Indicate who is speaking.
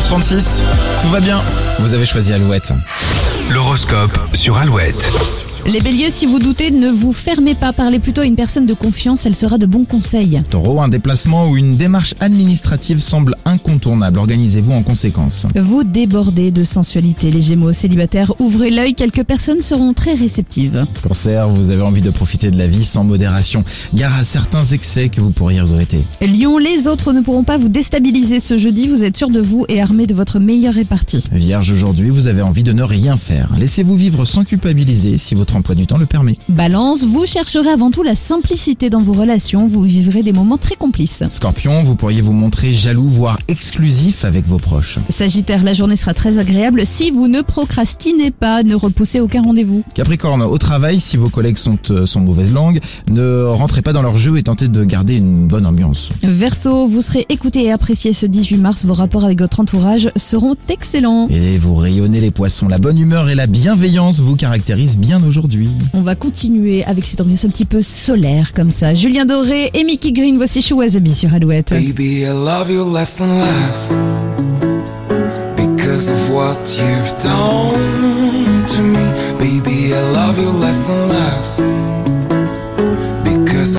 Speaker 1: 7h36, tout va bien. Vous avez choisi Alouette.
Speaker 2: L'horoscope sur Alouette.
Speaker 3: Les béliers, si vous doutez, ne vous fermez pas. Parlez plutôt à une personne de confiance, elle sera de bons conseils.
Speaker 1: Taureau, un déplacement ou une démarche administrative semble incontournable. Organisez-vous en conséquence.
Speaker 3: Vous débordez de sensualité, les gémeaux célibataires. Ouvrez l'œil, quelques personnes seront très réceptives.
Speaker 1: Cancer, vous avez envie de profiter de la vie sans modération. Gare à certains excès que vous pourriez regretter.
Speaker 3: Lyon, les autres ne pourront pas vous déstabiliser ce jeudi. Vous êtes sûr de vous et armé de votre meilleure répartie.
Speaker 1: Vierge, aujourd'hui, vous avez envie de ne rien faire. Laissez-vous vivre sans culpabiliser si votre emploi du temps le permet.
Speaker 3: Balance, vous chercherez avant tout la simplicité dans vos relations. Vous vivrez des moments très complices.
Speaker 1: Scorpion, vous pourriez vous montrer jaloux, voire exclusif avec vos proches.
Speaker 3: Sagittaire, la journée sera très agréable si vous ne procrastinez pas, ne repoussez aucun rendez-vous.
Speaker 1: Capricorne, au travail, si vos collègues sont, euh, sont mauvaise langue, ne rentrez pas dans leur jeu et tentez de garder une bonne ambiance.
Speaker 3: Verseau, vous serez écouté et apprécié ce 18 mars. Vos rapports avec votre entourage seront excellents.
Speaker 1: Et vous rayonnez les poissons. La bonne humeur et la bienveillance vous caractérisent bien aujourd'hui.
Speaker 3: On va continuer avec cette ambiance un petit peu solaire comme ça. Julien Doré et Mickey Green, voici Chouazabi sur Alouette.
Speaker 4: Baby, I love you less and less because of what you've done to me. Baby, I love you less and less